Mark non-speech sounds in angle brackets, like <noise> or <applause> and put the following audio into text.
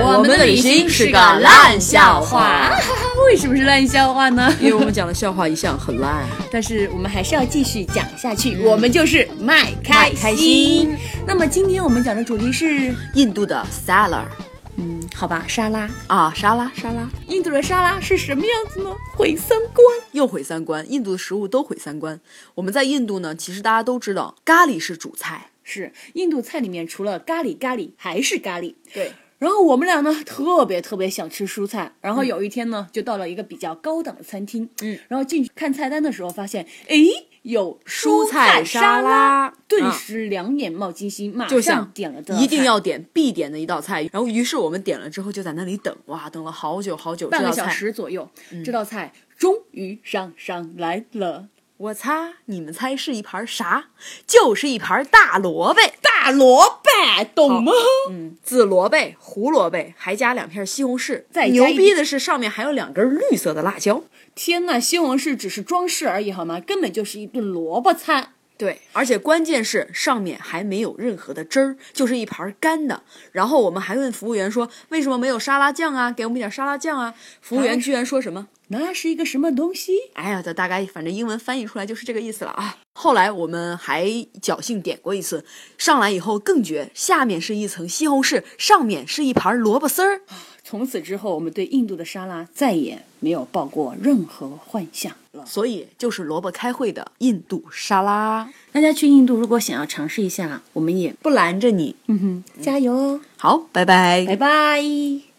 我们的旅行是个烂笑话， <laughs> 为什么是烂笑话呢？因为我们讲的笑话一向很烂。但是我们还是要继续讲下去，我们就是嗯卖卖开开心。那么今天我们讲的主题是， <laughs> 印度的 salar 嗯，好吧，沙拉。啊，沙拉沙拉印度的沙拉是什么样子呢？毁三观。又毁三观，印度的食物都毁三观。我们在印度呢，其实大家都知道，咖喱是主菜。是印度菜里面除了咖喱，咖喱还是咖喱。对，然后我们俩呢，特别特别想吃蔬菜。然后有一天呢，就到了一个比较高档的餐厅，嗯，然后进去看菜单的时候，发现，诶，有蔬菜菜沙沙拉拉，顿啊时两眼冒金星，马就上像点了的，一定要点必点的一道菜。然后，于是我们点了之后，就在那里等，哇，等了好久好久。半个这道小菜，嗯时左右，这道菜终于上上来了。我擦，你们猜是一盘啥？就是一盘大萝卜。大萝卜，懂吗？嗯，紫萝卜、胡萝卜，还加两片西红柿。再加一牛逼的是，上面还有两根绿色的辣椒。天呐，西红柿只是装饰而已，好吗？根本就是一顿萝卜菜。对，而且关键是上面还没有任何的汁儿，就是一盘干的。然后我们还问服务员说，为什么没有沙拉酱啊？给我们一点沙拉酱啊！服务员居然说什么？那是一个什么东西？哎呀，这大概反正英文翻译出来就是这个意思了啊。后来我们还侥幸点过一次，上来以后更绝，下面是一层西红柿，上面是一盘萝卜丝儿。从此之后，我们对印度的沙拉再也没有抱过任何幻想了。所以就是萝卜开会的印度沙拉，大家去印度如果想要尝试一下，我们也不拦着你。嗯哼，加油哦！好，拜拜拜拜。